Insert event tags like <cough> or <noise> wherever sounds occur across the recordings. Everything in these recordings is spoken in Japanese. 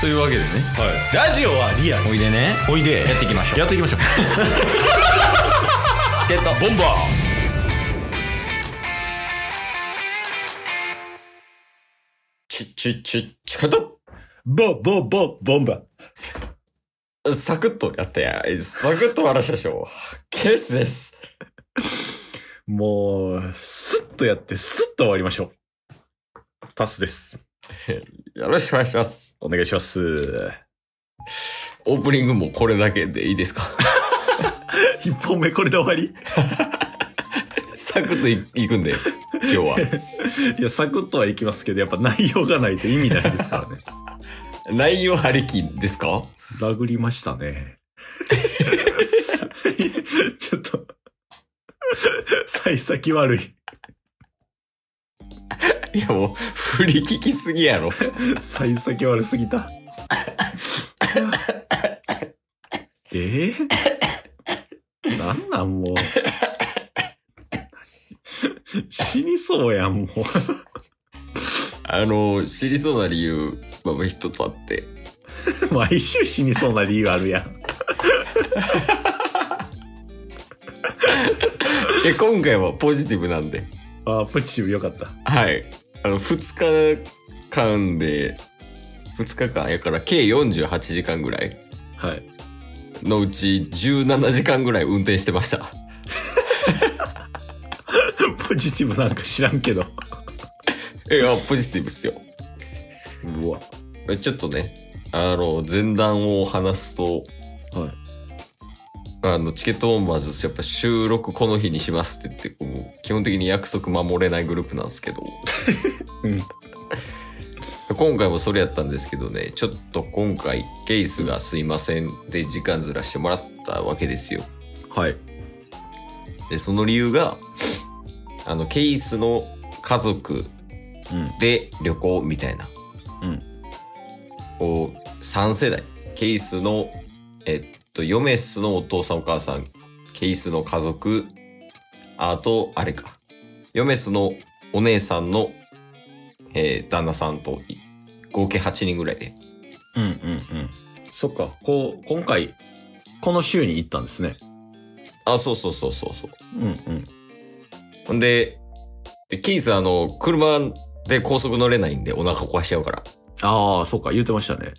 というわけでねラジオはリアルおいでねおいでやっていきましょうやっていきましょうチケットボンバーち、ち、ち、ちかと、ボボボボンバサクッとやってや、サクッと話しましょう。ケースです。もうスッとやってスッと終わりましょうタスですよろしくお願いします。お願いしますオープニングもこれだけでい <laughs> いですか一本目これで終わりサクッといいくんで、今日は。いやサクッとはいきますけどやっぱ内容がないと意味ないですから <laughs> ね内容ありきですかラグりました <laughs> ねちょっと <laughs> 幸先悪いいやもう、振り聞きすぎやろ。幸先悪すぎた。えー、なんなんもう。死にそうやん、もう。あの、知りそうな理由、まあ一つあって。毎週死にそうな理由あるやん。え、今回はポジティブなんで。あーポジティブよかった。はい。あの、2日間で、2日間やから計48時間ぐらいはい。のうち17時間ぐらい運転してました。 <laughs> ポジティブなんか知らんけど。いや、ポジティブっすよ。うわ。ちょっとね、あの、前段を話すと、はい。あの、チケットボンバーズ、やっぱ収録この日にしますって言って、こう、基本的に約束守れないグループなんですけど、 <laughs> うん。今回もそれやったんですけどね、ちょっと今回、ケースがすいませんで時間ずらしてもらったわけですよ。はい。で、その理由が、あの、ケイスの家族うん。で旅行みたいな。うん。を3世代。ケイスの、えっと、嫁っすのお父さんお母さん、ケイスの家族、あと、あれか。嫁っすのお姉さんの、えー旦那さんと、い合計8人ぐらいで。うんうんうん。そっか。こう、今回、この週に行ったんですね。あ、そうそうそうそうそう。うんうん。ほんで、でケイスあの、車で高速乗れないんで、お腹壊しちゃうから。ああ、そっか。言ってましたね。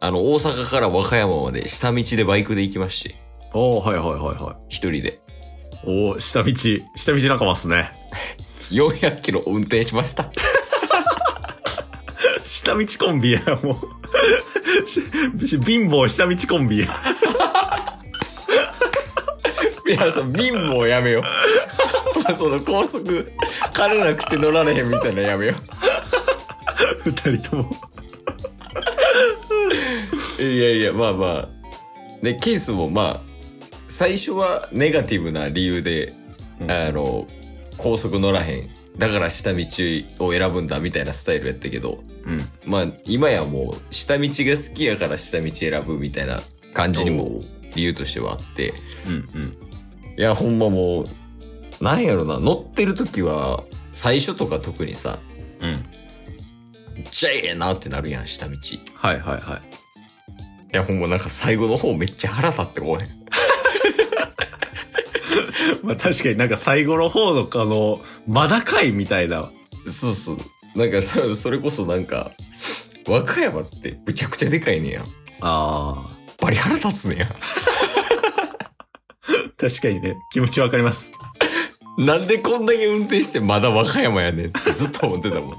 あの、大阪から和歌山まで下道でバイクで行きまして、おおはいはいはいはい。一人で。おお下道、下道仲間っすね。 400キロ運転しました。 <laughs> 下道コンビや、もう。 <laughs> しし貧乏下道コンビや。皆さん、貧乏やめよ。 <laughs> まあその高速、金なくて乗られへんみたいなのやめよ。二人とも。いやいや、まあまあ。で、ケースもまあ、最初はネガティブな理由で、うんあの、高速乗らへん。だから下道を選ぶんだみたいなスタイルやったけど、うん。まあ今やもう下道が好きやから下道選ぶみたいな感じにも理由としてはあって、うんうん。いや、ほんまもう、なんやろな、乗ってる時は、最初とか特にさ、うん。じゃええなってなるやん、下道。いはいはいはい。や、ほんまなんか最後の方めっちゃ腹立ってこへん。まあ確かになんか最後の方のあの、まだかいみたいな。そうそう。なんかさ、それこそなんか、和歌山ってむちゃくちゃでかいねんや。ああ。バリ腹立つねんや。確かにね、気持ちわかります。なんでこんだけ運転してまだ和歌山やねんってずっと思ってたもん。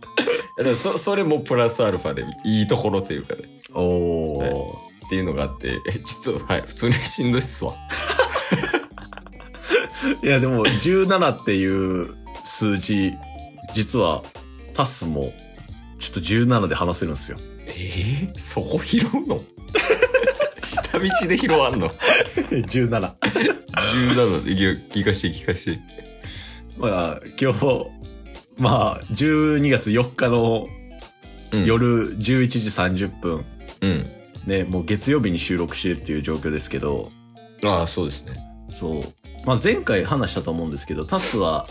<laughs> でもそそれもプラスアルファでいいところというかね、おお。っていうのがあって、えちょっと、はい、普通にしんどいっすわ。 <laughs> いやでも17っていう数字、実はタスもちょっと17で話せるん <laughs> ですよ。えー、そこ拾う <laughs> の下道で拾わんの17。 ?17 でいや聞かして聞かして。まあ、今日、まあ、12月4日のうん夜11時30分、うん。ね、もう月曜日に収録してるっていう状況ですけど、ああ、そうですね。そう。まあ、前回話したと思うんですけど、タスは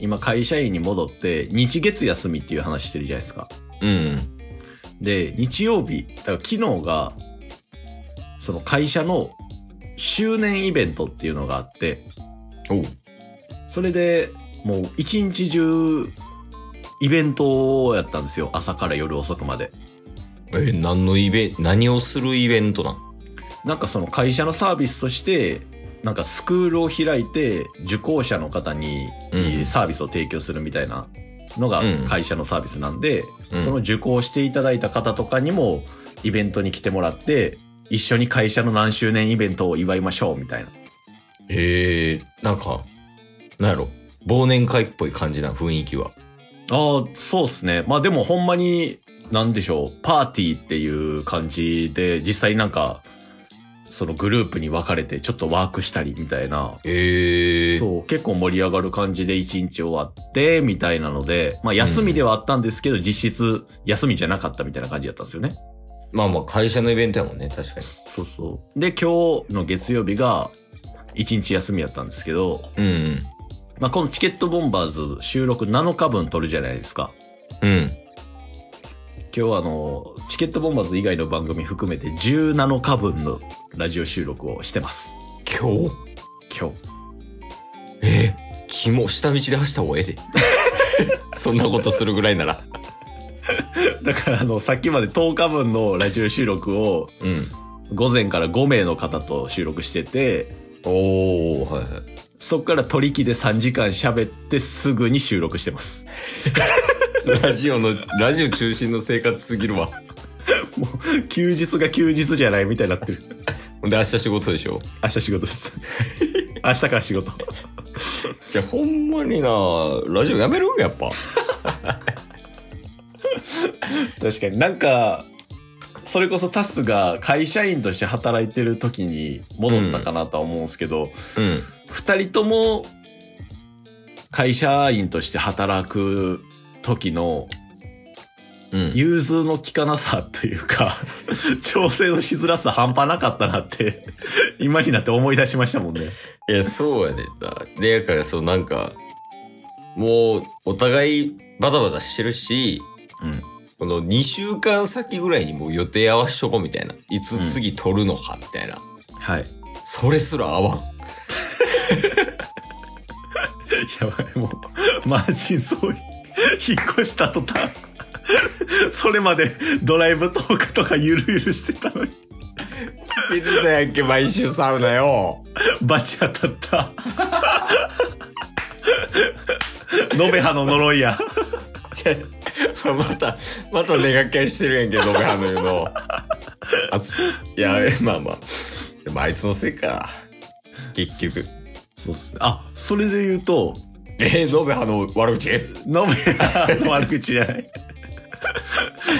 今会社員に戻って、日月休みっていう話してるじゃないですか。うん。で、日曜日、だから昨日が、その会社の周年イベントっていうのがあって、おうそれでもう一日中、イベントをやったんですよ。朝から夜遅くまで。えー何のイベ何をするイベントなんなんかその会社のサービスとして、なんかスクールを開いて、受講者の方にうんサービスを提供するみたいなのがうん会社のサービスなんで、うんその受講していただいた方とかにもイベントに来てもらって、一緒に会社の何周年イベントを祝いましょうみたいな。ええなんか、なんやろ、忘年会っぽい感じな雰囲気は。ああ、そうっすね。まあでもほんまに、なんでしょう、パーティーっていう感じで、実際なんか、そのグループに分かれてちょっとワークしたりみたいなええそう、結構盛り上がる感じで一日終わって、みたいなので、まあ休みではあったんですけど、実質休みじゃなかったみたいな感じだったんですよね。まあまあ会社のイベントやもんね、確かそうそう。で、今日の月曜日が、一日休みやったんですけど、に。うんまあこのチケットボンバーズ収録7日分撮るじゃないですか。うん。うん。今日はあの、チケットボンバーズ以外の番組含めて17日分のラジオ収録をしてます。今日今日。ええ気も下道で走った方がええで。 <laughs> そんなことするぐらいなら。だからあの、さっきまで10日分のラジオ収録を、うん。午前から5名の方と収録してて、おー、はいはい。そっから取り木で3時間喋ってすぐに収録してます。 <laughs> ラジオの、ラジオ中心の生活すぎるわ。休日が休日じゃないみたいになってる。で、明日仕事でしょ。明日仕事 <laughs> です。明日から仕事。じゃあ、ほんまにな、ラジオやめるやっぱ。確かになんか、それこそタスが会社員として働いてる時に戻ったかなとは思うんですけど、うん。二、人とも会社員として働く時のうん。融通の利かなさというか、 <laughs> 調整のしづらさ半端なかったなって、今になって思い出しましたもんね。いや、そうやねんな。で、だから、そう、なんか、もう、お互いバタバタしてるし、うん。この2週間先ぐらいにもう予定合わしとこうみたいな。いつ次撮るのかみたいな。はい。それすら合わ <laughs> ん。やばい、もう、マジそう、引っ越した途端、それまでドライブトークとかゆるゆるしてたのに、言ってたやんけ、毎週サウナよ。バチ当たった。 <laughs> ノベハの呪いや。じゃ、また、また寝掛けしてるやんけ、ドベハの言うの。あついや、まあまあ。でもあいつのせいか。結局。そうっすね。あ、それで言うと、えー、ドベハの悪口ノベハの悪口じゃない。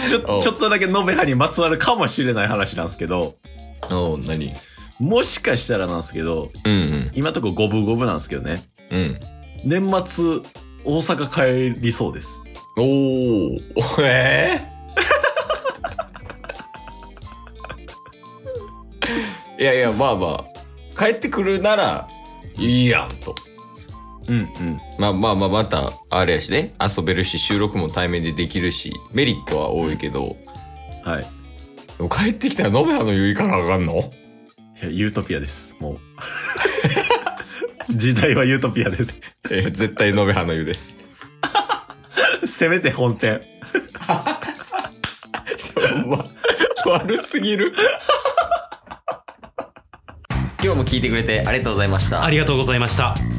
ちおょうちょっとだけノベハにまつわるかもしれない話なんですけど、うん、何もしかしたらなんですけど、うんうん。今んとこ五分五分なんですけどね、うん。年末、大阪帰りそうです。おーえー、いやいやまあまあ帰ってくるならいいやんとうんうん。まあまあまあまたあれやしね遊べるし収録も対面でできるしメリットは多いけど、はい。でも帰ってきたらノベハの言いからあかんのいやユートピアです、もう。 <laughs> 時代はユートピアです。 <laughs> えー絶対ノベハの言うです <laughs> せめて本店。ちょほんま悪すぎる <laughs> 今日も聞いてくれてありがとうございましたありがとうございました。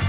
す